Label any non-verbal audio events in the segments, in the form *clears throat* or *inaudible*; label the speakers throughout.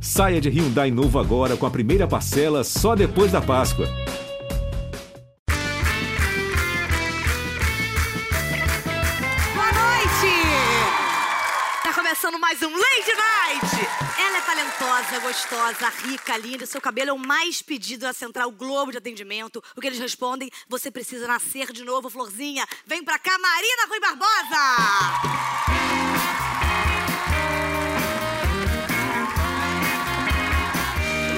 Speaker 1: Saia de Hyundai novo agora com a primeira parcela só depois da Páscoa.
Speaker 2: Boa noite! Tá começando mais um Lady Night! Ela é talentosa, gostosa, rica, linda. Seu cabelo é o mais pedido na Central Globo de Atendimento. O que eles respondem? Você precisa nascer de novo, florzinha. Vem pra cá, Marina Rui Barbosa!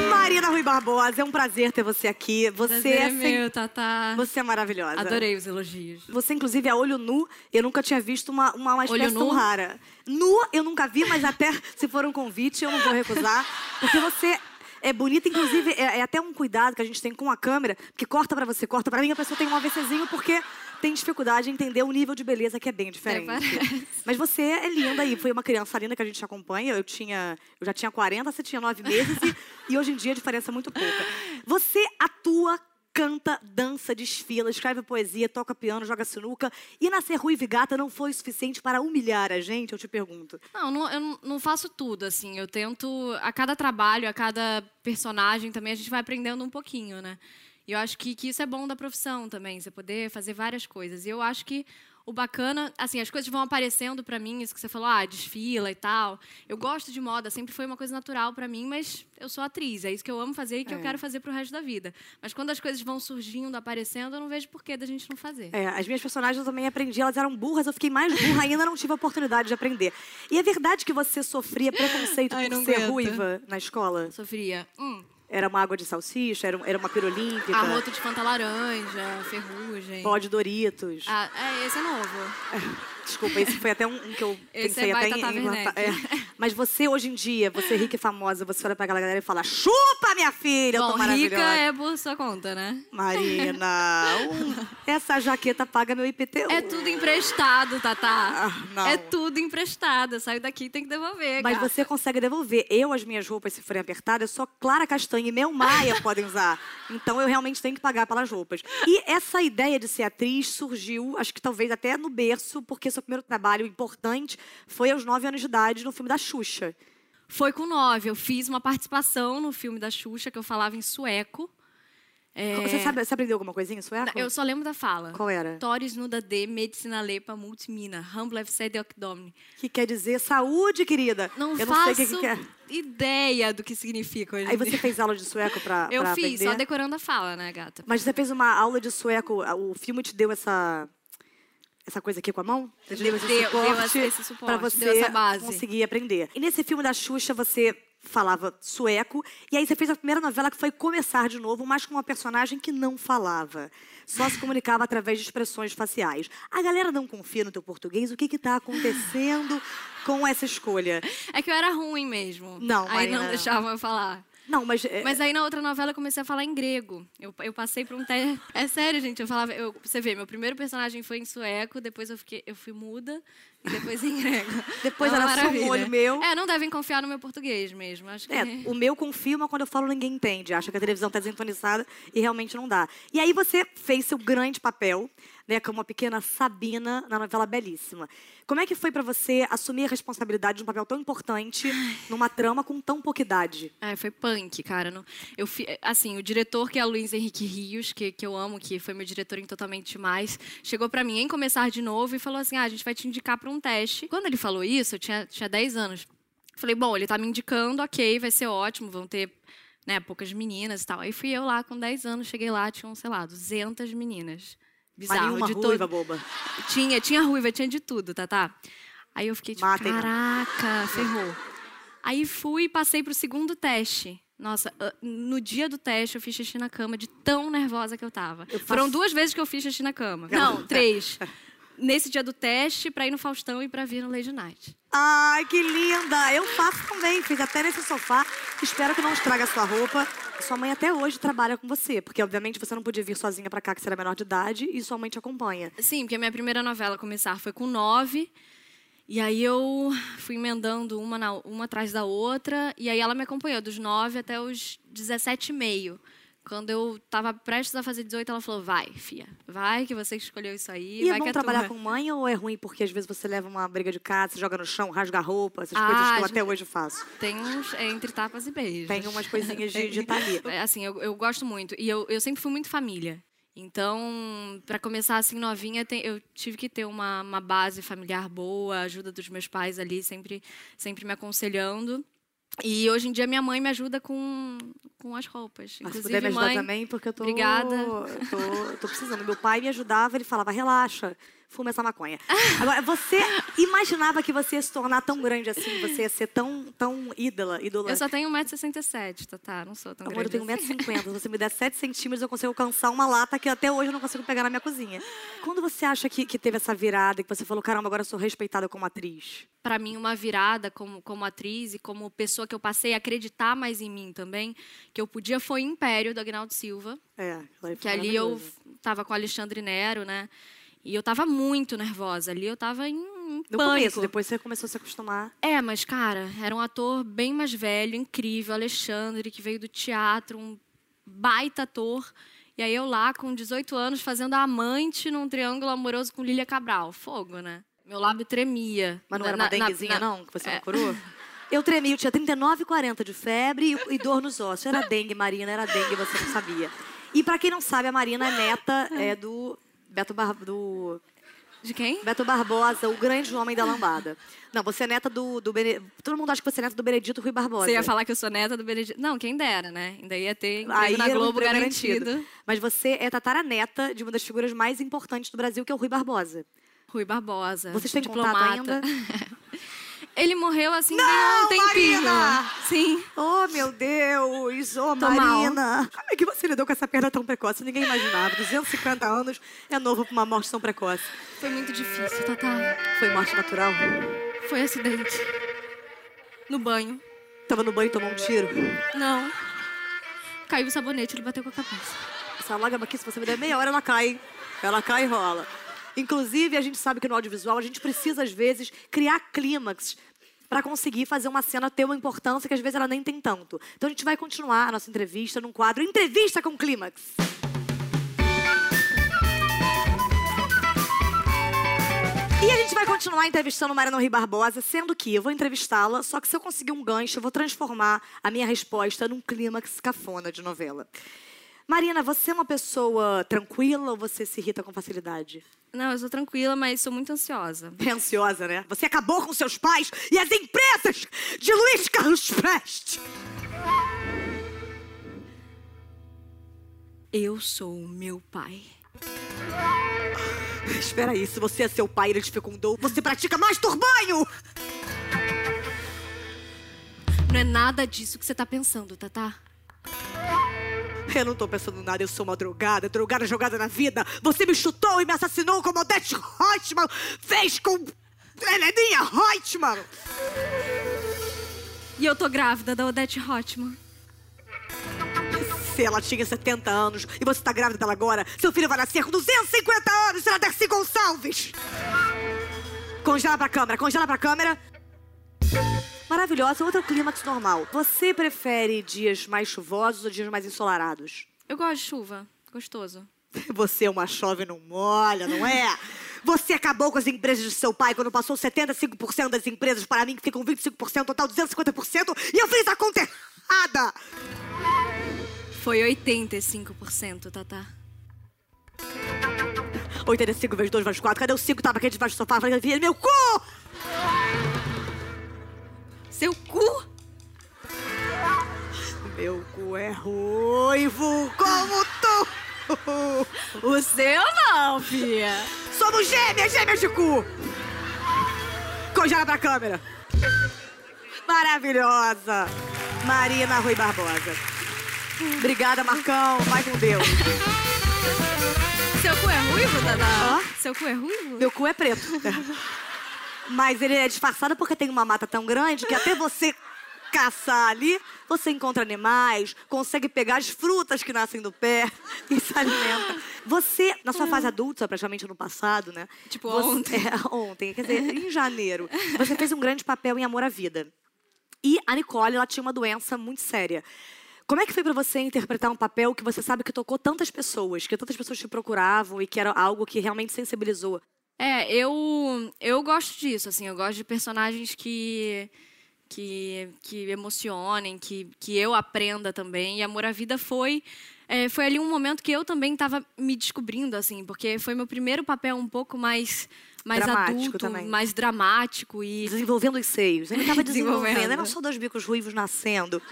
Speaker 2: Marina Rui Barbosa, é um prazer ter você aqui. Você
Speaker 3: Prazer
Speaker 2: é
Speaker 3: é
Speaker 2: sem-
Speaker 3: meu, Tatá.
Speaker 2: Você é maravilhosa.
Speaker 3: Adorei os elogios.
Speaker 2: Você, inclusive, é olho nu. Eu nunca tinha visto uma, uma, uma espécie
Speaker 3: Olho nu?
Speaker 2: tão rara. Nu, eu nunca vi, mas até *laughs* se for um convite, eu não vou recusar. Porque você é bonita, inclusive, é, é até um cuidado que a gente tem com a câmera, que corta pra você, corta pra mim, a pessoa tem um AVCzinho, porque tem dificuldade em entender o nível de beleza que é bem diferente.
Speaker 3: parece.
Speaker 2: mas você é linda e foi uma criança linda que a gente acompanha. Eu tinha, eu já tinha 40, você tinha 9 meses e, e hoje em dia a diferença é muito pouca. Você atua, canta, dança, desfila, escreve poesia, toca piano, joga sinuca. E nascer ruiva e gata não foi o suficiente para humilhar a gente, eu te pergunto.
Speaker 3: Não, não- eu não- não faço tudo, assim. Eu tento. A cada trabalho, a cada personagem também, a gente vai aprendendo um pouquinho, né? E eu acho que, que isso é bom da profissão também, você poder fazer várias coisas. E eu acho que o bacana, assim, as coisas vão aparecendo pra mim, isso que você falou, ah, desfila e tal. Eu gosto de moda, sempre foi uma coisa natural pra mim, mas eu sou atriz, é isso que eu amo fazer e que eu quero fazer pro resto da vida. Mas quando as coisas vão surgindo, aparecendo, eu não vejo porquê da gente não fazer.
Speaker 2: É, as minhas personagens eu também aprendi, elas eram burras, eu fiquei mais burra ainda, não tive a oportunidade de aprender. E é verdade que você sofria preconceito
Speaker 3: Ai,
Speaker 2: por
Speaker 3: não
Speaker 2: ser
Speaker 3: aguento.
Speaker 2: ruiva na escola?
Speaker 3: Sofria. Hum.
Speaker 2: Era uma água de salsicha, era, um- era uma pirolímpica,
Speaker 3: Arroto de Fanta Laranja, Ferrugem.
Speaker 2: pó de Doritos.
Speaker 3: Ah, é, esse é novo.
Speaker 2: *laughs* Desculpa, esse foi até um, um que eu
Speaker 3: Esse
Speaker 2: pensei
Speaker 3: é
Speaker 2: até
Speaker 3: by
Speaker 2: em,
Speaker 3: Tata
Speaker 2: em lançar.
Speaker 3: *laughs* Werneck.
Speaker 2: É. Mas você, hoje em dia, você rica e famosa, você olha pra aquela galera e fala: chupa, minha filha, eu tô
Speaker 3: Bom, rica
Speaker 2: maravilhosa.
Speaker 3: é por sua conta, né?
Speaker 2: Marina,
Speaker 3: *laughs*
Speaker 2: um, essa jaqueta paga meu IPTU.
Speaker 3: É tudo emprestado, Tatá.
Speaker 2: Ah, não.
Speaker 3: É tudo emprestado. Eu saio daqui e tem que devolver.
Speaker 2: Mas
Speaker 3: gata.
Speaker 2: você consegue devolver. Eu, as minhas roupas, se forem apertadas, só Clara Castanha e Mel Maia *laughs* podem usar. Então eu realmente tenho que pagar pelas roupas. E essa ideia de ser atriz surgiu, acho que talvez até no berço, porque seu primeiro trabalho importante foi aos 9 anos de idade no filme da Xuxa.
Speaker 3: Foi com nove. Eu fiz uma participação no filme da Xuxa que eu falava em sueco. É,
Speaker 2: Você, sabe, você aprendeu alguma coisinha em sueco?
Speaker 3: Eu só lembro da fala.
Speaker 2: Qual era?
Speaker 3: Toris nuda de medicina lepa multimina. Humble FC de ocdomni.
Speaker 2: Que quer dizer saúde, querida.
Speaker 3: Não
Speaker 2: eu não
Speaker 3: faço
Speaker 2: sei o que que quer.
Speaker 3: ideia do que significa hoje.
Speaker 2: Aí
Speaker 3: em
Speaker 2: você
Speaker 3: dia.
Speaker 2: fez aula de sueco pra
Speaker 3: Eu
Speaker 2: pra
Speaker 3: fiz,
Speaker 2: aprender?
Speaker 3: só decorando a fala, né, gata?
Speaker 2: Mas você fez uma aula de sueco, a- o filme te deu essa essa coisa aqui com a mão? Você te deu esse
Speaker 3: Deu- deu
Speaker 2: suporte,
Speaker 3: essa- esse suporte,
Speaker 2: pra
Speaker 3: deu
Speaker 2: você
Speaker 3: essa base.
Speaker 2: conseguir aprender. E nesse filme da Xuxa você falava sueco e aí você fez a primeira novela que foi começar de novo, mas com uma personagem que não falava, só se comunicava através de expressões faciais. A galera não confia no teu português. O que que tá acontecendo com essa escolha?
Speaker 3: É que eu era ruim mesmo.
Speaker 2: Não,
Speaker 3: Aí
Speaker 2: Marina,
Speaker 3: não
Speaker 2: não.
Speaker 3: deixavam eu falar.
Speaker 2: Não, mas, é,
Speaker 3: Mas aí na outra novela eu comecei a falar em grego. Eu, eu passei por um teste. *laughs* É sério, gente. Eu falava. eu- você vê, meu primeiro personagem foi em sueco, depois eu, fiquei, eu fui muda e depois em grego.
Speaker 2: *laughs* Depois
Speaker 3: É uma
Speaker 2: era só um
Speaker 3: maravilha.
Speaker 2: olho meu.
Speaker 3: É, não devem confiar no meu português mesmo. Acho que.
Speaker 2: É, o meu confirma quando eu falo ninguém entende. Acha que a televisão está desintonizada e realmente não dá. E aí você fez seu grande papel, né, como uma pequena Sabina na novela Belíssima. Como é que foi para você assumir a responsabilidade de um papel tão importante numa trama com tão pouca idade?
Speaker 3: Ah, foi punk, cara. Não- Eu fi- assim, o diretor, que é o Luiz Henrique Rios, que, que eu amo, que foi meu diretor em Totalmente Demais, chegou pra mim em começar de novo e falou assim: ah, a gente vai te indicar pra um teste. Quando ele falou isso, eu tinha, tinha 10 anos. Falei, bom, ele tá me indicando, ok, vai ser ótimo, vão ter né, poucas meninas e tal. Aí fui eu lá com 10 anos, cheguei lá, tinham, sei lá, 200 meninas.
Speaker 2: Mas
Speaker 3: Bizarro,
Speaker 2: nenhuma
Speaker 3: de
Speaker 2: ruiva,
Speaker 3: todo.
Speaker 2: boba.
Speaker 3: Tinha, tinha ruiva, tinha de tudo, tá, tá? Aí eu fiquei tipo,
Speaker 2: Matem, não.
Speaker 3: caraca, ferrou. Aí fui e passei pro segundo teste. Nossa, ah, no dia do teste eu fiz xixi na cama de tão nervosa que eu tava.
Speaker 2: Eu faço-
Speaker 3: Foram duas vezes que eu fiz xixi na cama.
Speaker 2: *laughs*
Speaker 3: Não, três. Nesse dia do teste, pra ir no Faustão e pra vir no Lady Night.
Speaker 2: Ai, que linda! Eu faço também, fiz até nesse sofá. Espero que não estrague a sua roupa. Sua mãe até hoje trabalha com você, porque obviamente você não podia vir sozinha para cá, que você era menor de idade, e sua mãe te acompanha.
Speaker 3: Sim, porque a minha primeira novela começar foi com nove. E aí eu fui emendando uma, na- uma atrás da outra. E aí ela me acompanhou dos nove até os 17 e meio. Quando eu tava prestes a fazer 18, ela falou: vai, fia, vai que você que escolheu isso aí.
Speaker 2: E é
Speaker 3: vai que
Speaker 2: bom
Speaker 3: é
Speaker 2: trabalhar
Speaker 3: tua."
Speaker 2: com mãe ou é ruim porque às vezes você leva uma briga de casa, se joga no chão, rasga a roupa, essas
Speaker 3: Ah,
Speaker 2: coisas que eu
Speaker 3: às
Speaker 2: até
Speaker 3: vezes-
Speaker 2: hoje faço.
Speaker 3: Tem uns é, entre tapas e beijos.
Speaker 2: Tem umas coisinhas de,
Speaker 3: *laughs*
Speaker 2: de tá ali.
Speaker 3: É, Assim, eu, eu gosto muito. E eu, eu sempre fui muito família. Então, pra começar assim novinha, tem- eu tive que ter uma, uma base familiar boa, a ajuda dos meus pais ali, sempre, sempre me aconselhando. E hoje em dia minha mãe me ajuda com, com as roupas.
Speaker 2: Mas Ah, se
Speaker 3: Inclusive,
Speaker 2: puder me ajudar
Speaker 3: mãe,
Speaker 2: também, porque eu tô.
Speaker 3: obrigada.
Speaker 2: Tô, tô precisando. Meu pai me ajudava, ele falava, relaxa, fuma essa maconha. Agora, você imaginava que você ia se tornar tão grande assim, você ia ser tão, tão ídola, ídola?
Speaker 3: Eu só tenho 1,67m, Tatá. Não sou tão
Speaker 2: Amor, eu tenho
Speaker 3: grande assim.
Speaker 2: 1,50m. Se você me der 7 centímetros, eu consigo alcançar uma lata que até hoje eu não consigo pegar na minha cozinha. Quando você acha que, que teve essa virada, que você falou, caramba, agora eu sou respeitada como atriz?
Speaker 3: para mim uma virada como, como atriz e como pessoa que eu passei a acreditar mais em mim também, que eu podia foi Império do Agnaldo Silva,
Speaker 2: É, ela
Speaker 3: que ali eu tava com o Alexandre Nero, né? E eu tava muito nervosa, ali eu tava em, em
Speaker 2: No
Speaker 3: pânico.
Speaker 2: começo, depois você começou a se acostumar.
Speaker 3: É, mas cara, era um ator bem mais velho, incrível, Alexandre, que veio do teatro, um baita ator. E aí eu lá com 18 anos fazendo a amante num triângulo amoroso com Lília Cabral, fogo, né? Meu lábio tremia.
Speaker 2: Mas não
Speaker 3: Na-
Speaker 2: era uma
Speaker 3: na- na-
Speaker 2: denguezinha,
Speaker 3: na-
Speaker 2: não? Que você
Speaker 3: É.
Speaker 2: não
Speaker 3: *laughs*
Speaker 2: curou? Eu tremi, eu tinha 39,40 de febre e, e dor nos ossos. Era dengue, Marina, era dengue, você não sabia. E pra quem não sabe, a Marina é neta é do Beto, Bar do
Speaker 3: De quem?
Speaker 2: Beto Barbosa, o grande homem da lambada. Não, você é neta do... do Bene... Todo mundo acha que você é neta do Benedito Rui Barbosa.
Speaker 3: Você ia falar que eu sou neta do Benedito. Não, quem dera, né? Ainda ia ter emprego
Speaker 2: Aí
Speaker 3: na
Speaker 2: era um
Speaker 3: Globo
Speaker 2: emprego
Speaker 3: garantido.
Speaker 2: Mas você é tataraneta de uma das figuras mais importantes do Brasil, que é o Rui Barbosa.
Speaker 3: Rui Barbosa.
Speaker 2: Vocês têm contato ainda?
Speaker 3: diplomata. *laughs* Ele morreu assim, ganhou um tempinho.
Speaker 2: Marina!
Speaker 3: Sim.
Speaker 2: Oh, meu Deus! Oh,
Speaker 3: Tô
Speaker 2: Marina! Como é que você lidou com essa perda tão precoce? Ninguém imaginava. 250 anos é novo pra uma morte tão precoce.
Speaker 3: Foi muito difícil, Tatá.
Speaker 2: Foi morte natural?
Speaker 3: Foi acidente. No banho.
Speaker 2: Tava no banho e tomou um tiro?
Speaker 3: Não. Caiu o sabonete, ele bateu com a cabeça.
Speaker 2: Essa lágrima aqui, se você me der meia hora, ela cai. hein? Ela cai e rola. Inclusive, a gente sabe que no audiovisual a gente precisa, às vezes, criar clímax para conseguir fazer uma cena ter uma importância que às vezes ela nem tem tanto. Então a gente vai continuar a nossa entrevista num quadro Entrevista com Clímax. E a gente vai continuar entrevistando Mariana Rui Barbosa, sendo que eu vou entrevistá-la, só que se eu conseguir um gancho, eu vou transformar a minha resposta num clímax cafona de novela. Marina, você é uma pessoa tranquila ou você se irrita com facilidade?
Speaker 3: Não, eu sou tranquila, mas sou muito ansiosa.
Speaker 2: É ansiosa, né? Você acabou com seus pais e as empresas de Luiz Carlos Prestes.
Speaker 3: Eu sou o meu pai.
Speaker 2: Espera aí, se você é seu pai e ele te fecundou, você pratica masturbanho!
Speaker 3: Não é nada disso que você tá pensando, Tatá.
Speaker 2: Eu não tô pensando em nada, eu sou uma drogada, drogada jogada na vida. Você me chutou e me assassinou como Odete Reutemann fez com Heleninha Reutemann.
Speaker 3: E eu tô grávida da Odete Hotman.
Speaker 2: Se ela tinha 70 anos e você tá grávida dela agora, seu filho vai nascer com 250 anos, será Darcy Gonçalves! Congela pra câmera, congela pra câmera. Maravilhosa, outro clímax normal. Você prefere dias mais chuvosos ou dias mais ensolarados?
Speaker 3: Eu gosto de chuva. Gostoso.
Speaker 2: Você é uma chove e não molha, não é? Você acabou com as empresas de seu pai quando passou 75% das empresas para mim, que ficam 25%, total 250%, e eu fiz a conta errada!
Speaker 3: Foi 85%, Tatá.
Speaker 2: 85 vezes 2 vezes 4, cadê o 5 tava aqui debaixo do sofá? Falei, "Vira meu cu!
Speaker 3: Seu cu!
Speaker 2: Meu cu é ruivo como tu!
Speaker 3: O seu não, Fia!
Speaker 2: Somos gêmeas, gêmeas de cu! Congela pra câmera. Maravilhosa! Marina Rui Barbosa. Obrigada, Marcão. Vai com Deus.
Speaker 3: Seu cu é ruivo, Tatá?
Speaker 2: Hã?
Speaker 3: Seu cu é ruivo?
Speaker 2: Meu cu é preto. Mas ele é disfarçado porque tem uma mata tão grande que até você caçar ali, você encontra animais, consegue pegar as frutas que nascem do pé *laughs* e se alimenta. Você, na sua fase adulta, praticamente no passado, né?
Speaker 3: Tipo
Speaker 2: Você- *laughs*
Speaker 3: ontem.
Speaker 2: É, ontem, quer dizer, em janeiro. Você fez um grande papel em Amor à Vida. E a Nicole, ela tinha uma doença muito séria. Como é que foi pra você interpretar um papel que você sabe que tocou tantas pessoas, que tantas pessoas te procuravam e que era algo que realmente sensibilizou?
Speaker 3: É, eu eu gosto disso, assim, eu gosto de personagens que que, que emocionem, que, que eu aprenda também. E Amor à Vida foi é, foi ali um momento que eu também estava me descobrindo, assim, porque foi meu primeiro papel um pouco mais mais
Speaker 2: Dramático
Speaker 3: adulto,
Speaker 2: também.
Speaker 3: mais dramático e
Speaker 2: Desenvolvendo os seios. Ele tava desenvolvendo.
Speaker 3: *laughs* Desenvolvendo.
Speaker 2: Eram só dois bicos ruivos
Speaker 3: *laughs*
Speaker 2: nascendo.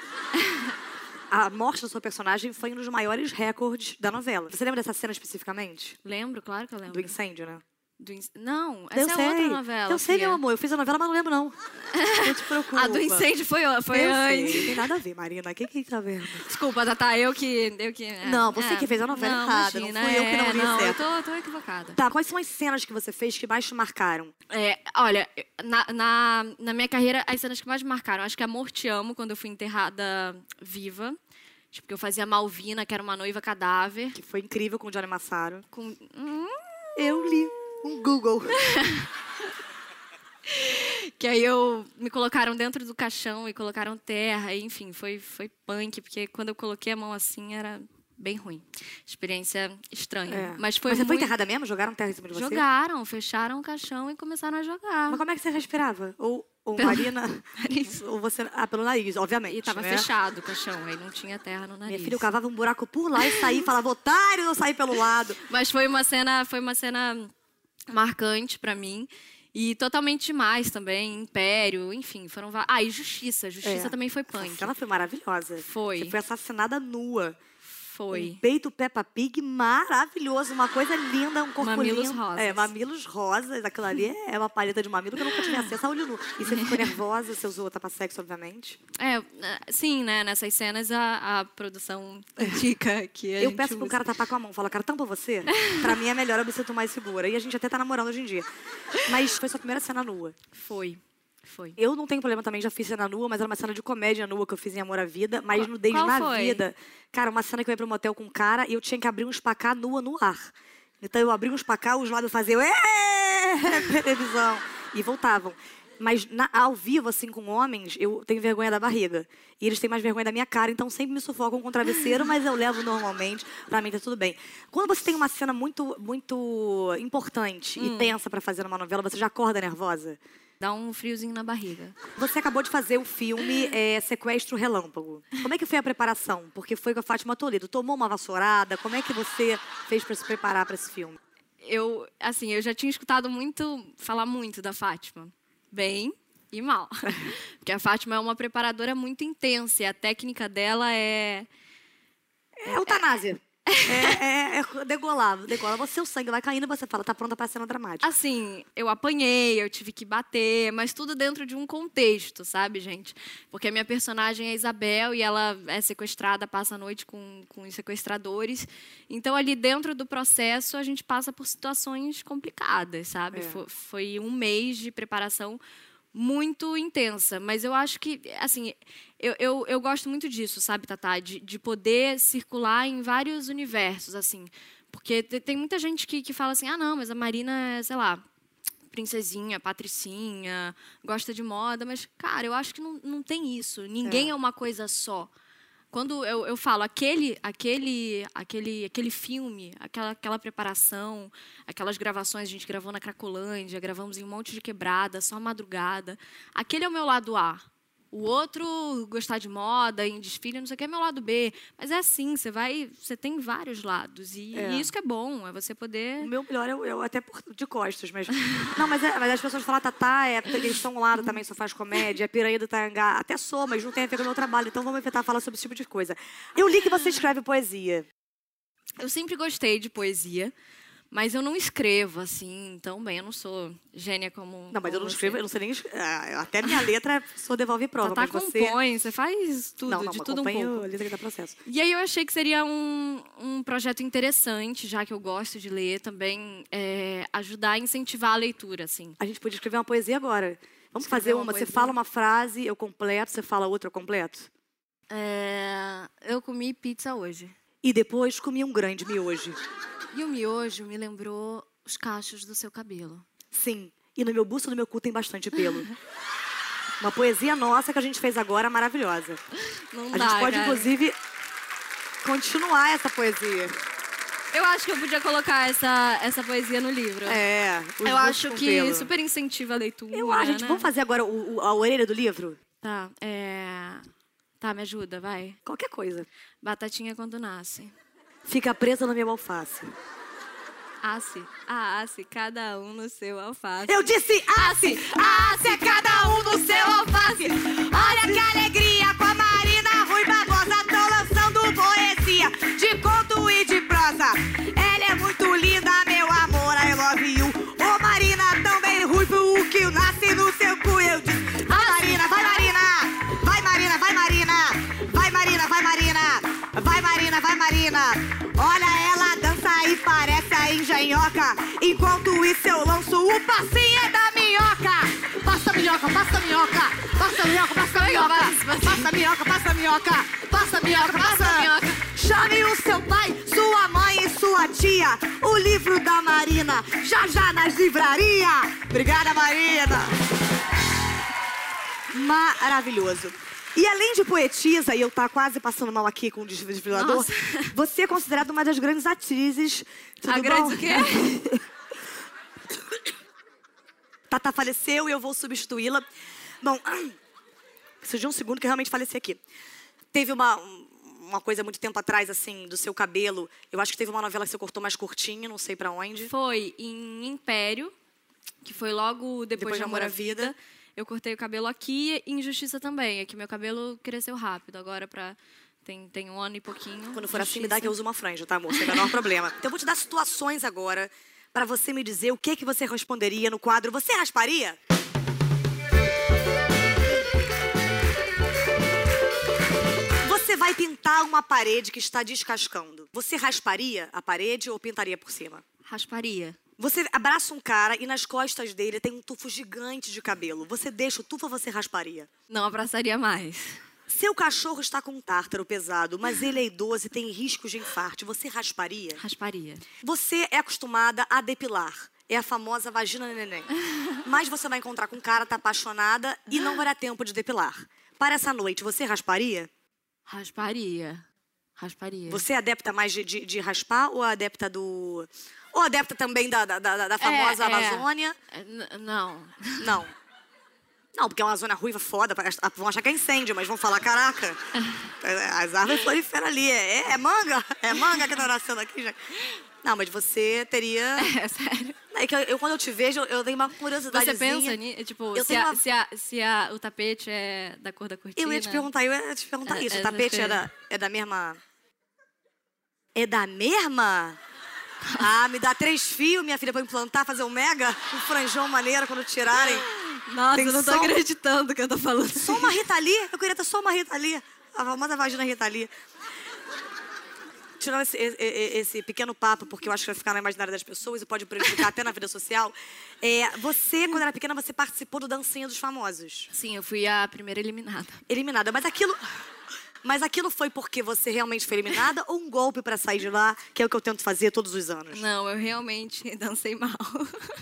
Speaker 2: A morte da sua personagem foi um dos maiores recordes da novela. Você lembra dessa cena especificamente?
Speaker 3: lembro, claro que eu
Speaker 2: Do
Speaker 3: lembro.
Speaker 2: incêndio, né?
Speaker 3: Do inc- Não, essa é outra novela.
Speaker 2: Eu sei,
Speaker 3: filha.
Speaker 2: meu amor. Eu fiz a novela, mas não lembro, não. Não te preocupa.
Speaker 3: *laughs* A do incêndio foi foi
Speaker 2: eu
Speaker 3: antes.
Speaker 2: sei. Não tem nada a ver, Marina. O que que tá vendo?
Speaker 3: Desculpa, Tatá, eu que. Eu que é,
Speaker 2: Não, você que fez a novela
Speaker 3: não,
Speaker 2: errada, não
Speaker 3: imagina,
Speaker 2: fui eu que não
Speaker 3: é,
Speaker 2: vi
Speaker 3: Não, eu
Speaker 2: certo.
Speaker 3: tô, tô equivocada.
Speaker 2: Tá, quais são as cenas que você fez que mais te marcaram?
Speaker 3: É, olha, na, na, na minha carreira, as cenas que mais me marcaram, acho que Amor Te Amo, quando eu fui enterrada viva. Tipo, porque eu fazia Malvina, que era uma noiva cadáver.
Speaker 2: Que foi incrível com o Johnny Massaro.
Speaker 3: Com... Hum,
Speaker 2: Eu li um Google.
Speaker 3: que aí eu me colocaram dentro do caixão e colocaram terra, e, enfim, foi, foi punk, porque quando eu coloquei a mão assim era bem ruim. Experiência estranha.
Speaker 2: É.
Speaker 3: Mas foi
Speaker 2: você foi
Speaker 3: muito-
Speaker 2: enterrada mesmo? Jogaram terra em cima de você?
Speaker 3: Jogaram, fecharam o caixão e começaram a jogar.
Speaker 2: Mas como é que você respirava? Ou, ou
Speaker 3: Ah. Pelo
Speaker 2: Marina...
Speaker 3: *laughs* nariz.
Speaker 2: *laughs* Ou você... Ah, pelo nariz, obviamente,
Speaker 3: E tava
Speaker 2: né?
Speaker 3: fechado o caixão, aí não tinha terra no
Speaker 2: Minha
Speaker 3: nariz.
Speaker 2: filha, eu cavava um buraco por lá e saía e falava, otário, eu saí pelo lado.
Speaker 3: Mas foi uma cena, foi uma cena marcante pra mim. E totalmente mais também, Império, enfim, foram va- Ah, e Justiça. Justiça
Speaker 2: É.
Speaker 3: também foi
Speaker 2: Essa
Speaker 3: punk.
Speaker 2: cena foi maravilhosa.
Speaker 3: Foi.
Speaker 2: Você foi assassinada nua. Um
Speaker 3: Foi.
Speaker 2: peito Peppa Pig maravilhoso, uma coisa linda, um corpo
Speaker 3: Mamilos
Speaker 2: lindo.
Speaker 3: rosas.
Speaker 2: É, mamilos rosas. Aquilo ali é uma paleta de mamilo que eu nunca tive acesso a olho nu. E você
Speaker 3: *laughs*
Speaker 2: ficou nervosa, você usou tapa sexo, obviamente.
Speaker 3: É, é, sim, né? Nessas cenas a, a
Speaker 2: *laughs*
Speaker 3: produção indica que a
Speaker 2: eu
Speaker 3: gente
Speaker 2: peço pro
Speaker 3: usa.
Speaker 2: cara tapar com a mão, fala, cara, tampa você. pra mim é melhor, eu me sinto mais segura. E a gente até tá namorando hoje em dia. Mas foi sua primeira cena nua.
Speaker 3: Foi. Foi.
Speaker 2: Eu não tenho problema também, já fiz cena nua, mas era uma cena de comédia nua que eu fiz em Amor à Vida, mas
Speaker 3: Qual-
Speaker 2: nudez
Speaker 3: qual
Speaker 2: na
Speaker 3: foi?
Speaker 2: vida. Cara, uma cena que eu ia pra um motel com um cara e eu tinha que abrir um espacá nua no ar. Então eu abri um espacá, os lados faziam "Ê!" *laughs* televisão e voltavam. Mas na- ao vivo, assim, com homens, eu tenho vergonha da barriga. E eles têm mais vergonha da minha cara, então sempre me sufocam com o travesseiro, mas eu levo normalmente. Pra mim tá tudo bem. Quando você tem uma cena muito, muito importante
Speaker 3: Hum.
Speaker 2: e tensa pra fazer numa novela, você já acorda nervosa?
Speaker 3: Dá um friozinho na barriga.
Speaker 2: Você acabou de fazer o filme é, Sequestro Relâmpago. Como é que foi a preparação? Porque foi com a Fátima Toledo. Tomou uma vassourada? Como é que você fez pra se preparar pra esse filme?
Speaker 3: eu, assim, eu já tinha escutado muito, falar muito da Fátima. Bem e mal. *laughs* Porque a Fátima é uma preparadora muito intensa e a técnica dela é.
Speaker 2: É eutanásia. É, é, é degolar, degola. Você, o sangue vai caindo e você fala, tá pronta pra cena dramática.
Speaker 3: Assim, eu apanhei, eu tive que bater, mas tudo dentro de um contexto, sabe, gente? Porque a minha personagem é Isabel e ela é sequestrada, passa a noite com, com os sequestradores. Então, ali dentro do processo, a gente passa por situações complicadas, sabe?
Speaker 2: É.
Speaker 3: Fo- Foi, um mês de preparação muito intensa, mas eu acho que, assim, eu, eu, eu gosto muito disso, sabe, Tatá? De, de poder circular em vários universos, assim. Porque te- tem muita gente que, que fala assim, ah, não, mas a Marina é, sei lá, princesinha, patricinha, gosta de moda, mas, cara, eu acho que não, não tem isso. Ninguém é. uma coisa só. Quando eu, eu falo aquele, aquele, aquele, aquele filme, aquela, aquela preparação, aquelas gravações, a gente gravou na Cracolândia, gravamos em um monte de quebrada, só madrugada. Aquele é o meu lado A. O outro gostar de moda, em desfile, não sei o que, é meu lado B. Mas é assim, você vai. Você tem vários lados. E,
Speaker 2: É.
Speaker 3: e isso que é bom, é você poder.
Speaker 2: O meu melhor, eu, eu até por, de costas mesmo. Não, mas, é- mas as pessoas falam, Tatá, é, porque eles estão lado também, só faz comédia, é piranha do Tangá. Até sou, mas não tem a ver com o meu trabalho, então vamos evitar falar sobre esse tipo de coisa. Eu li que você escreve poesia.
Speaker 3: Eu sempre gostei de poesia, mas eu não escrevo assim tão bem. Eu não sou gênia como.
Speaker 2: Não, mas eu
Speaker 3: como
Speaker 2: não
Speaker 3: você.
Speaker 2: escrevo, eu não sei nem. es- ah, eu Até minha letra só devolve prova.
Speaker 3: Tatá
Speaker 2: mas você.
Speaker 3: compõe, tá você faz tudo,
Speaker 2: não, não,
Speaker 3: de
Speaker 2: mas
Speaker 3: tudo um
Speaker 2: acompanho
Speaker 3: pouco.
Speaker 2: a letra que dá processo.
Speaker 3: E aí eu achei que seria um, um projeto interessante, já que eu gosto de ler também, é, ajudar a incentivar a leitura, assim.
Speaker 2: A gente podia escrever uma poesia agora. Vamos
Speaker 3: Escrever
Speaker 2: fazer uma.
Speaker 3: uma
Speaker 2: Você
Speaker 3: poesia.
Speaker 2: fala uma frase, eu completo, você fala outra, eu completo.
Speaker 3: É, eu comi pizza hoje.
Speaker 2: E depois comi um grande miojo.
Speaker 3: E o miojo me lembrou os cachos do seu cabelo.
Speaker 2: Sim. E no meu busto e no meu cu tem bastante pelo. Uma poesia nossa que a gente fez agora, maravilhosa.
Speaker 3: Não
Speaker 2: A
Speaker 3: dá,
Speaker 2: gente pode,
Speaker 3: cara.
Speaker 2: inclusive, continuar essa poesia.
Speaker 3: Eu acho que eu podia colocar essa, essa poesia no livro.
Speaker 2: É. os
Speaker 3: eu
Speaker 2: Luzes
Speaker 3: acho
Speaker 2: com
Speaker 3: que
Speaker 2: Pelo.
Speaker 3: super incentiva a leitura.
Speaker 2: Eu acho, gente,
Speaker 3: né?
Speaker 2: vamos fazer agora o- o- a orelha do livro?
Speaker 3: Tá, é. Tá, me ajuda, vai.
Speaker 2: Qualquer coisa.
Speaker 3: Batatinha quando nasce.
Speaker 2: Fica presa na minha alface.
Speaker 3: Asse, a asse, cada um no seu alface.
Speaker 2: Eu disse asse! Asse é cada um no seu alface! Olha que alegria com a Marina Rui Barbosa Tão lançando poesia de conto e de prosa Ela é muito linda, meu amor, I love you Ô Marina, também ruivo o que nasce no seu cu Eu disse, vai Marina, vai Marina! Vai Marina, vai Marina! Vai Marina, vai Marina! Vai Marina, vai Marina! Olha ela dança e parece a engenhoca Enquanto isso eu lanço o passinho da minhoca Passa a minhoca, passa a minhoca Passa a minhoca, passa a minhoca Passa a minhoca, passa a minhoca Passa a minhoca, passa a minhoca Chame o seu pai, sua mãe e sua tia O livro da Marina Já já nas livrarias Obrigada Marina Maravilhoso. E além de poetisa, e eu tá quase passando mal aqui com o desfibrilador,
Speaker 3: Nossa. *laughs*
Speaker 2: você é considerada uma das grandes atrizes. Tudo
Speaker 3: a
Speaker 2: bom? *laughs*
Speaker 3: grande o quê? *laughs*
Speaker 2: Tata faleceu e eu vou substituí-la. Bom, *clears throat* preciso de um segundo que eu realmente faleci aqui. Teve uma, um, uma coisa muito tempo atrás, assim, do seu cabelo. Eu acho que teve uma novela que você cortou mais curtinho, não sei pra onde.
Speaker 3: Foi em Império, que foi logo
Speaker 2: Depois
Speaker 3: depois,
Speaker 2: de
Speaker 3: de Amor
Speaker 2: Amor
Speaker 3: à
Speaker 2: à
Speaker 3: Vida. Eu cortei o cabelo aqui e Injustiça também. É que meu cabelo cresceu rápido. Agora pra... tem, tem um ano e pouquinho.
Speaker 2: Quando for assim, me
Speaker 3: Justiça.
Speaker 2: dá que eu uso uma franja, tá, amor? Sem o menor problema. Então eu vou te dar situações agora pra você me dizer o que, que você responderia no quadro. Você rasparia? Você vai pintar uma parede que está descascando. Você rasparia a parede ou pintaria por cima?
Speaker 3: Rasparia.
Speaker 2: Você abraça um cara e nas costas dele tem um tufo gigante de cabelo. Você deixa o tufo ou você rasparia?
Speaker 3: Não abraçaria mais.
Speaker 2: Seu cachorro está com um tártaro pesado, mas ele é idoso e tem risco de infarto. Você rasparia?
Speaker 3: Rasparia.
Speaker 2: Você é acostumada a depilar. É a famosa vagina
Speaker 3: *laughs*
Speaker 2: neném. Mas você vai encontrar com um cara, tá apaixonada e não vai dar tempo de depilar. Para essa noite, você rasparia?
Speaker 3: Rasparia. Rasparia.
Speaker 2: Você é adepta mais de, de- de raspar ou é adepta do. Ou adepta também da, da, da- da famosa
Speaker 3: é.
Speaker 2: Amazônia?
Speaker 3: É, n- não. *laughs*
Speaker 2: Não. Não, porque é uma zona ruiva foda. parece- ah, Vão achar que é incêndio, mas vão falar,
Speaker 3: *laughs*
Speaker 2: caraca, as árvores floriferam ali. É, é manga? É manga que tá nascendo aqui, gente. Não, mas você teria.
Speaker 3: É sério.
Speaker 2: É que eu, eu, quando eu te vejo, eu tenho uma curiosidade.
Speaker 3: Você pensa nisso? Tipo,
Speaker 2: Eu
Speaker 3: se,
Speaker 2: tenho
Speaker 3: a-
Speaker 2: uma-
Speaker 3: se, a- se a- o tapete é da cor da cortina?
Speaker 2: Eu ia te perguntar, eu ia te perguntar
Speaker 3: É-
Speaker 2: isso.
Speaker 3: é
Speaker 2: o tapete é
Speaker 3: você.
Speaker 2: da, é da mesma. É da mesma? Ah, me dá três fios, minha filha, pra eu implantar, fazer um mega, um franjão maneiro quando tirarem.
Speaker 3: Nossa,
Speaker 2: Tem
Speaker 3: eu não tô
Speaker 2: som?
Speaker 3: acreditando que eu tô falando.
Speaker 2: Só uma Rita Lee? Eu queria ter só uma Rita Lee. A famosa vagina Rita Lee. Tirar esse, e- e- esse pequeno papo, porque eu acho que vai ficar na imaginária das pessoas e pode prejudicar até na vida social. É, você, quando era pequena, você participou do Dancinha dos Famosos.
Speaker 3: Sim, eu fui a primeira eliminada.
Speaker 2: eliminada. Mas aquilo. Mas aquilo foi porque você realmente foi eliminada ou um golpe pra sair de lá, que é o que eu tento fazer todos os anos?
Speaker 3: Não, eu realmente *laughs* dancei mal.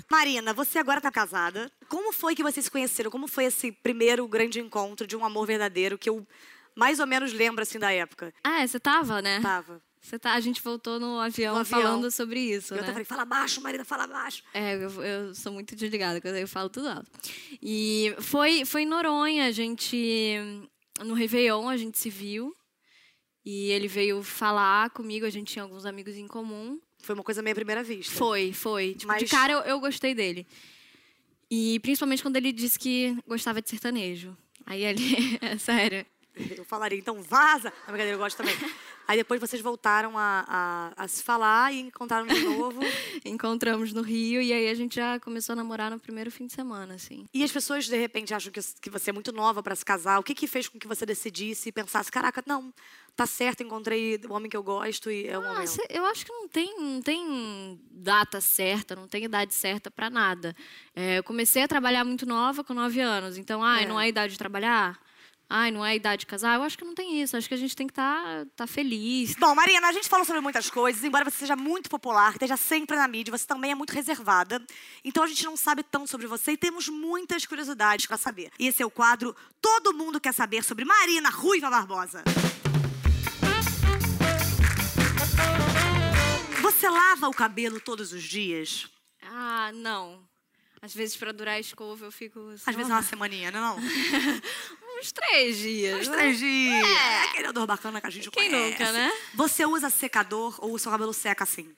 Speaker 2: Marina, você agora tá casada. Como foi que vocês se conheceram? Como foi esse primeiro grande encontro de um amor verdadeiro que eu mais ou menos lembro assim da época?
Speaker 3: Ah, é, você tava, né?
Speaker 2: Tava.
Speaker 3: Você tá, a gente voltou no avião,
Speaker 2: No avião.
Speaker 3: falando sobre isso,
Speaker 2: Eu até
Speaker 3: né?
Speaker 2: falei, fala baixo, Marina, fala baixo.
Speaker 3: É, eu, eu sou muito desligada, quando eu falo tudo alto. E foi, foi em Noronha, a gente. No Réveillon, a gente se viu. E ele veio falar comigo, a gente tinha alguns amigos em comum.
Speaker 2: Foi uma coisa meio à primeira vista.
Speaker 3: Foi, foi. Tipo, de
Speaker 2: Mas-
Speaker 3: cara eu, eu gostei dele. E principalmente quando ele disse que gostava de sertanejo. Aí ali, *laughs* é sério.
Speaker 2: Eu falaria, então vaza. Na brincadeira, eu gosto
Speaker 3: *laughs*
Speaker 2: também. Aí depois vocês voltaram a, a- a se falar e encontraram de novo.
Speaker 3: Encontramos no Rio e aí a gente já começou a namorar no primeiro fim de semana, assim.
Speaker 2: E as pessoas, de repente, acham que, que você é muito nova pra se casar. O que, que fez com que você decidisse e pensasse, caraca, não, tá certo, encontrei o homem que eu gosto e é o
Speaker 3: Ah,
Speaker 2: momento.
Speaker 3: cê- eu acho que não tem, não tem data certa, não tem idade certa pra nada. É, eu comecei a trabalhar muito nova, com 9 anos. Então, ai,
Speaker 2: É.
Speaker 3: não é idade de trabalhar? ai, não é a idade de casar. Eu acho que não tem isso. Acho que a gente tem que estar feliz.
Speaker 2: Bom, Marina, a gente falou sobre muitas coisas. Embora você seja muito popular, esteja sempre na mídia, você também é muito reservada. Então a gente não sabe tanto sobre você e temos muitas curiosidades pra saber. E esse é o quadro Todo Mundo Quer Saber sobre Marina Ruiva Barbosa. Você lava o cabelo todos os dias?
Speaker 3: Ah, não. Às vezes, pra durar a escova, eu fico. sei
Speaker 2: Às vezes é
Speaker 3: lá,
Speaker 2: uma semaninha, não é não?
Speaker 3: uns três dias.
Speaker 2: Uns
Speaker 3: né?
Speaker 2: três dias. É. Aquele odor bacana que a gente
Speaker 3: Quem
Speaker 2: conhece.
Speaker 3: nunca, né?
Speaker 2: Você usa secador ou o seu cabelo seca assim?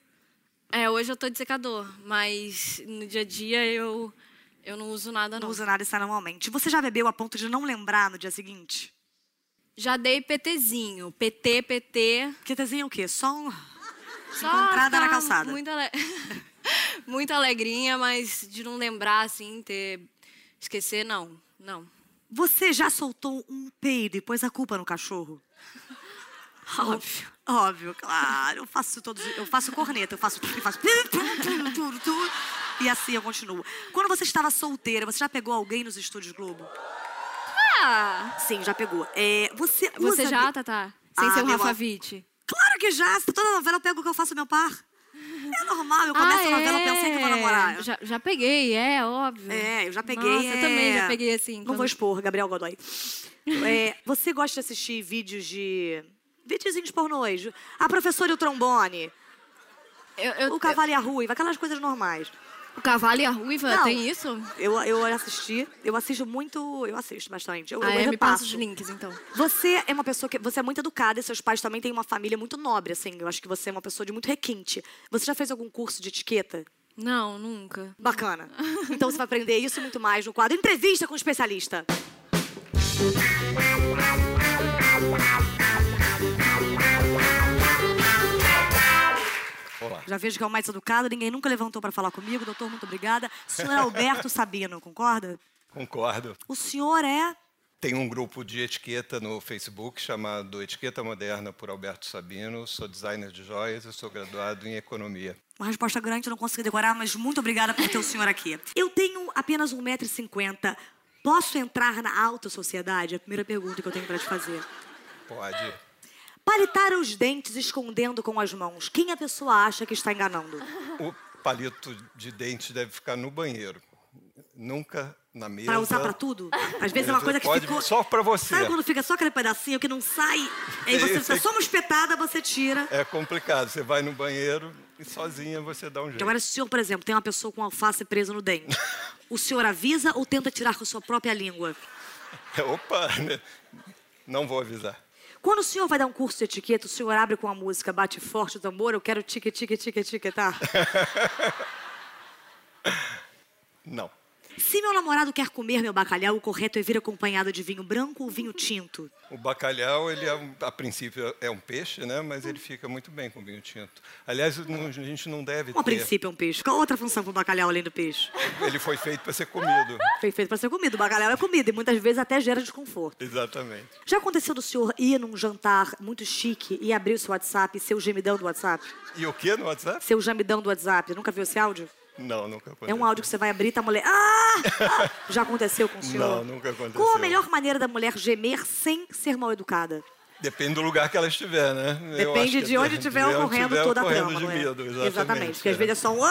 Speaker 3: É, hoje eu tô de secador, mas no dia a dia eu, eu não uso nada,
Speaker 2: Não
Speaker 3: não.
Speaker 2: usa nada isso é normalmente. Você já bebeu a ponto de não lembrar no dia seguinte?
Speaker 3: Já dei PTzinho. PT, PT.
Speaker 2: Porque desenha o quê? Só um...
Speaker 3: Só
Speaker 2: Encontrada na
Speaker 3: ficar
Speaker 2: calçada.
Speaker 3: Muito, ale... *laughs* muito alegrinha, mas de não lembrar, assim, ter. Esquecer, não. Não.
Speaker 2: Você já soltou um peido e pôs a culpa no cachorro?
Speaker 3: Óbvio.
Speaker 2: Óbvio, claro. Eu faço todos, eu faço corneta, eu faço tudo, eu faço tudo, tudo, tudo, tudo. e assim eu continuo. Quando você estava solteira, você já pegou alguém nos estúdios Globo?
Speaker 3: Ah!
Speaker 2: Sim, já pegou. É, você
Speaker 3: Você
Speaker 2: usa-
Speaker 3: já, tá- Tatá? Sem
Speaker 2: Ah,
Speaker 3: ser o
Speaker 2: meu
Speaker 3: Rafa
Speaker 2: am-
Speaker 3: Witt?
Speaker 2: Claro que já. Se toda novela eu pego o que eu faço meu par. É normal, eu começo
Speaker 3: Ah,
Speaker 2: a novela pensando que vou namorar.
Speaker 3: é. Já, já peguei, é, óbvio.
Speaker 2: É, eu já peguei.
Speaker 3: Nossa, eu também
Speaker 2: é.
Speaker 3: já peguei, assim.
Speaker 2: Não
Speaker 3: quando-
Speaker 2: vou expor, Gabriel Godoy. É, você gosta de assistir vídeos de. Videozinhos pornôs. A professora e o trombone.
Speaker 3: Eu, eu-
Speaker 2: O cavalo e a ruiva, aquelas coisas normais.
Speaker 3: o cavalo e a ruiva,
Speaker 2: Não.
Speaker 3: tem isso?
Speaker 2: Eu, eu assisti, eu assisto muito, eu assisto bastante. Eu,
Speaker 3: ah,
Speaker 2: eu
Speaker 3: é, me passa
Speaker 2: repasso.
Speaker 3: os links, então.
Speaker 2: Você é uma pessoa que. Você é muito educada e seus pais também têm uma família muito nobre, assim. Eu acho que você é uma pessoa de muito requinte. Você já fez algum curso de etiqueta?
Speaker 3: Não, nunca. *laughs*
Speaker 2: Bacana. Então você vai aprender isso e muito mais no quadro Entrevista com o Especialista.
Speaker 4: Olá.
Speaker 2: Já vejo que é o mais educado, ninguém nunca levantou para falar comigo. Doutor, muito obrigada. O senhor é Alberto Sabino, concorda?
Speaker 4: Concordo.
Speaker 2: O senhor é.
Speaker 4: Tem um grupo de etiqueta no Facebook chamado Etiqueta Moderna por Alberto Sabino. Sou designer de joias e sou graduado em economia.
Speaker 2: Uma resposta grande, eu não consegui decorar, mas muito obrigada por ter o senhor aqui. Eu tenho apenas 1,50m. Posso entrar na alta sociedade? É a primeira pergunta que eu tenho para te fazer.
Speaker 4: Pode.
Speaker 2: Palitar os dentes escondendo com as mãos. Quem a pessoa acha que está enganando?
Speaker 4: O palito de dente deve ficar no banheiro. Nunca na mesa.
Speaker 2: Para usar para tudo? Às vezes é uma coisa que
Speaker 4: Pode-
Speaker 2: ficou...
Speaker 4: só pra você.
Speaker 2: Sabe quando fica só aquele pedacinho que não sai? Aí
Speaker 4: É
Speaker 2: você
Speaker 4: isso
Speaker 2: fica
Speaker 4: aí.
Speaker 2: só uma espetada, você tira.
Speaker 4: É complicado. Você vai no banheiro e sozinha você dá um jeito.
Speaker 2: Agora, se o senhor, por exemplo, tem uma pessoa com alface presa no dente, o senhor avisa ou tenta tirar com a sua própria língua? é-
Speaker 4: *laughs* Opa! né? Não vou avisar.
Speaker 2: Quando o senhor vai dar um curso de etiqueta, o senhor abre com a música, bate forte o tambor, eu quero tique, tique, tique, tique, tá?
Speaker 4: Não.
Speaker 2: Se meu namorado quer comer meu bacalhau, o correto é vir acompanhado de vinho branco ou vinho tinto?
Speaker 4: O bacalhau, ele é um- a princípio é um peixe, né? Mas ele fica muito bem com vinho tinto. Aliás, não- a gente não deve
Speaker 2: Bom, a
Speaker 4: ter.
Speaker 2: princípio é um peixe. Qual outra função para o bacalhau além do peixe?
Speaker 4: Ele foi feito para ser comido.
Speaker 2: Foi feito para ser comido. O bacalhau é comida e muitas vezes até gera desconforto.
Speaker 4: Exatamente.
Speaker 2: Já aconteceu do senhor ir num jantar muito chique e abrir o seu WhatsApp, seu gemidão do WhatsApp?
Speaker 4: E o que no WhatsApp?
Speaker 2: Seu gemidão do WhatsApp. Nunca viu esse áudio?
Speaker 4: Não, nunca aconteceu.
Speaker 2: É um áudio que você vai abrir e tá a mulher. Ah! Ah! Já aconteceu com o senhor?
Speaker 4: Não, nunca aconteceu.
Speaker 2: Qual a melhor maneira da mulher gemer sem ser mal educada?
Speaker 4: Depende do lugar que ela estiver, né? Eu acho
Speaker 2: Depende
Speaker 4: que
Speaker 2: de onde estiver ocorrendo
Speaker 4: estiver
Speaker 2: toda a
Speaker 4: ocorrendo
Speaker 2: trama,
Speaker 4: de
Speaker 2: não é?
Speaker 4: medo, exatamente.
Speaker 2: porque às
Speaker 4: é.
Speaker 2: vezes é só um.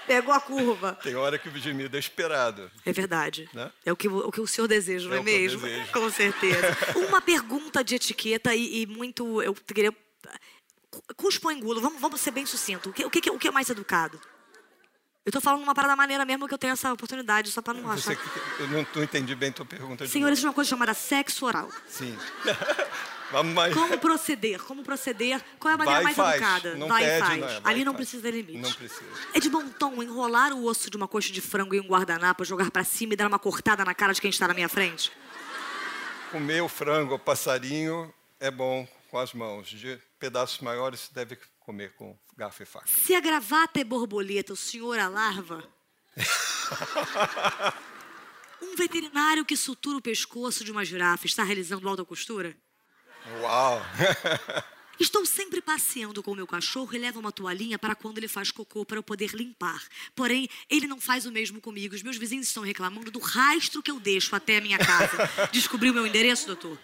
Speaker 2: *laughs* Pegou a curva.
Speaker 4: Tem hora que o gemido é esperado.
Speaker 2: É verdade.
Speaker 4: Né?
Speaker 2: É o que, o o que o senhor deseja, não é,
Speaker 4: É o que eu
Speaker 2: mesmo?
Speaker 4: desejo.
Speaker 2: *laughs* Com certeza. Uma pergunta de etiqueta e, e muito. Eu queria. cu- Cuspa ou engulo, vamos, vamos ser bem sucinto. O que, o, que, que é- o que é mais educado? Eu tô falando uma parada maneira mesmo que eu tenho essa oportunidade, só pra não
Speaker 4: Você,
Speaker 2: achar.
Speaker 4: que- eu não, não entendi bem tua pergunta. de
Speaker 2: Senhor, existe uma coisa chamada sexo oral.
Speaker 4: novo. Sim. *laughs* Vamos mais.
Speaker 2: Como proceder? Como proceder? Qual é a maneira
Speaker 4: Vai
Speaker 2: mais
Speaker 4: e faz.
Speaker 2: educada?
Speaker 4: Não
Speaker 2: Vai e
Speaker 4: pede,
Speaker 2: faz.
Speaker 4: não é. Vai
Speaker 2: Ali
Speaker 4: e
Speaker 2: não
Speaker 4: faz.
Speaker 2: precisa ter limite.
Speaker 4: Não precisa.
Speaker 2: É de bom tom enrolar o osso de uma coxa de frango em um guardanapo, jogar pra cima e dar uma cortada na cara de quem está na minha frente?
Speaker 4: Comer o frango ou passarinho é bom com as mãos. De pedaços maiores se deve comer com garfo e faca.
Speaker 2: Se a gravata é borboleta, o senhor a
Speaker 4: *laughs*
Speaker 2: larva? um veterinário que sutura o pescoço de uma girafa está realizando alta costura?
Speaker 4: Uau!
Speaker 2: Estou sempre passeando com o meu cachorro e levo uma toalhinha para quando ele faz cocô para eu poder limpar. Porém, ele não faz o mesmo comigo. Os meus vizinhos estão reclamando do rastro que eu deixo até a minha casa. Descobriu meu endereço, doutor?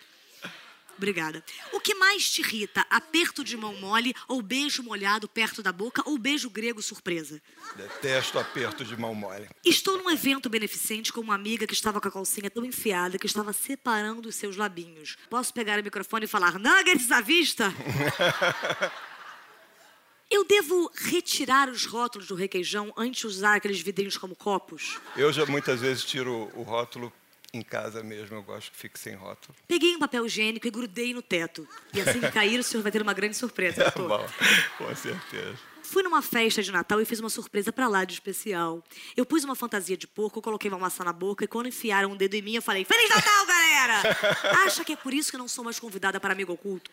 Speaker 2: Obrigada. O que mais te irrita? Aperto de mão mole ou beijo molhado perto da boca ou beijo grego surpresa?
Speaker 4: *laughs* Detesto aperto de mão mole.
Speaker 2: Estou num evento beneficente com uma amiga que estava com a calcinha tão enfiada que estava separando os seus labinhos. Posso pegar o microfone e falar nuggets à vista? Eu devo retirar os rótulos do requeijão antes de usar aqueles vidrinhos como copos?
Speaker 4: Eu já muitas vezes tiro o rótulo em casa mesmo, eu gosto que fique sem rótulo.
Speaker 2: Peguei um papel higiênico e grudei no teto. E assim que cair, o senhor vai ter uma grande surpresa,
Speaker 4: Tá
Speaker 2: doutor.
Speaker 4: bom, com certeza. *laughs*
Speaker 2: Fui numa festa de Natal e fiz uma surpresa pra lá de especial. Eu pus uma fantasia de porco, coloquei uma maçã na boca e quando enfiaram um dedo em mim, eu falei: Feliz Natal, galera! Acha que é por isso que eu não sou mais convidada para amigo oculto?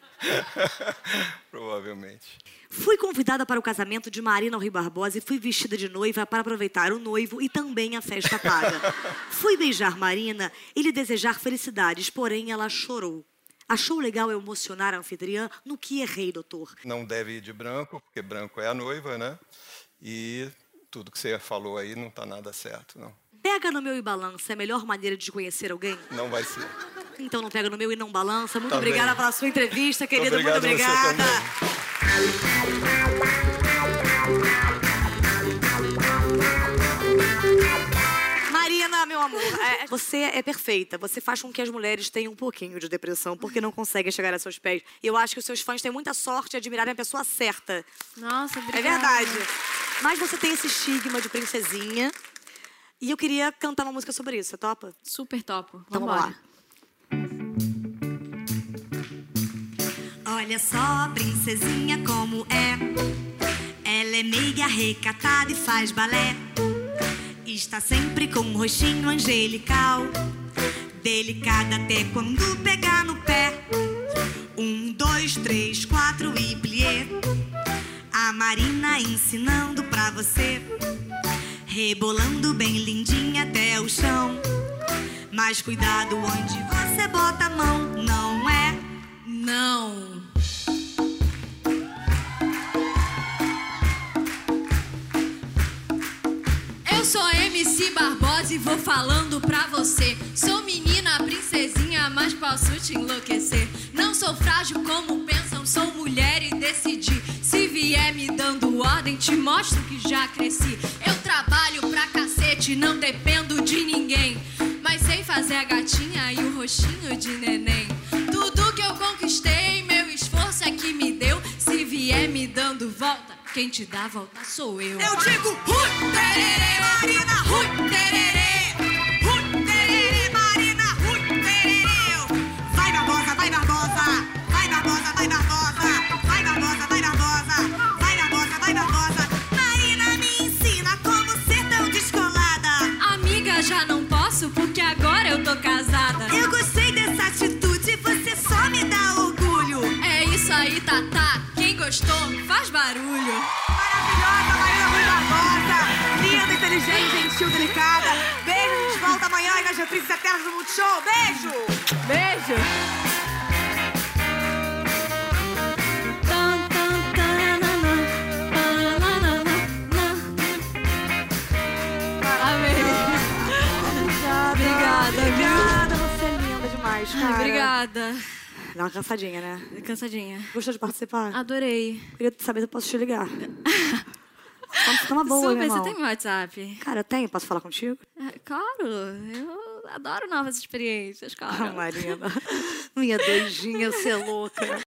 Speaker 4: Provavelmente.
Speaker 2: Fui convidada para o casamento de Marina Rui Barbosa e fui vestida de noiva para aproveitar o noivo e também a festa paga. fui beijar Marina e lhe desejar felicidades, porém ela chorou. Achou legal eu emocionar a anfitriã? No que errei, doutor?
Speaker 4: Não deve ir de branco, porque branco é a noiva, né? E tudo que você falou aí não está nada certo, não.
Speaker 2: Pega no meu e balança é a melhor maneira de conhecer alguém?
Speaker 4: Não vai ser.
Speaker 2: Então não pega no meu e não balança. Muito
Speaker 4: Tá bem.
Speaker 2: obrigada pela sua entrevista, querido.
Speaker 4: obrigado
Speaker 2: Muito
Speaker 4: a você
Speaker 2: obrigada.
Speaker 4: também.
Speaker 2: Marina, meu amor, é, você é perfeita. Você faz com que as mulheres tenham um pouquinho de depressão, porque não conseguem chegar a seus pés. E eu acho que os seus fãs têm muita sorte de admirarem a pessoa certa.
Speaker 3: Nossa,
Speaker 2: É
Speaker 3: obrigada.
Speaker 2: verdade. Mas você tem esse estigma de princesinha. E eu queria cantar uma música sobre isso, você topa?
Speaker 3: Super topo.
Speaker 2: Então vamos
Speaker 3: Vambora.
Speaker 2: lá. Olha só, princesinha, como é. Ela é meiga, recatada e faz balé. Está sempre com um rostinho angelical. Delicada até quando pegar no pé. Um, dois, três, quatro e plié. A Marina ensinando pra você. Rebolando bem lindinha até o chão. Mas cuidado onde você bota a mão, não é?
Speaker 3: Não. Eu sou MC Barbosa e vou falando pra você. Sou menina, princesinha, mas posso te enlouquecer. Não sou frágil como pensam, sou mulher e decidi. Se vier me dando ordem, te mostro que já cresci. Eu trabalho pra cacete, não dependo de ninguém. Mas sei fazer a gatinha e o roxinho de neném. Tudo que eu conquistei, meu esforço é que me deu. Se vier me dando volta, quem te dá volta sou eu.
Speaker 2: Eu digo Rui Tererê, Marina Rui Tererê. Rui Tererê, Marina Rui Tererê. Vai Barbosa, vai Barbosa. Vai Barbosa, vai Barbosa. Vai Barbosa, vai Barbosa. Vai Barbosa, vai Barbosa. Marina me ensina como ser tão descolada.
Speaker 3: Amiga, já não posso porque agora eu tô casada.
Speaker 2: Eu gostei dessa atitude, você só me dá orgulho.
Speaker 3: É isso aí, Tatá. Quem gostou, faz barulho.
Speaker 2: Maravilhosa, Marina Rui Barbosa. Linda, inteligente, gentil, delicada. Beijo, a gente volta amanhã aí nas reprisas eternas do Multishow. Beijo!
Speaker 3: Beijo. Obrigada,
Speaker 2: Obrigada, você é linda demais, cara.
Speaker 3: Obrigada.
Speaker 2: Dá uma cansadinha, né?
Speaker 3: Cansadinha.
Speaker 2: Gostou de
Speaker 3: Ah.
Speaker 2: participar?
Speaker 3: Adorei.
Speaker 2: Queria saber se eu posso te ligar.
Speaker 3: *laughs*
Speaker 2: Vamos ficar uma boa, meu
Speaker 3: Super,
Speaker 2: irmão.
Speaker 3: você tem meu WhatsApp?
Speaker 2: Cara, tem. Posso falar contigo?
Speaker 3: É, Claro, eu adoro novas experiências,
Speaker 2: Ah, *laughs*
Speaker 3: claro.
Speaker 2: Marina. Minha doidinha, você é louca.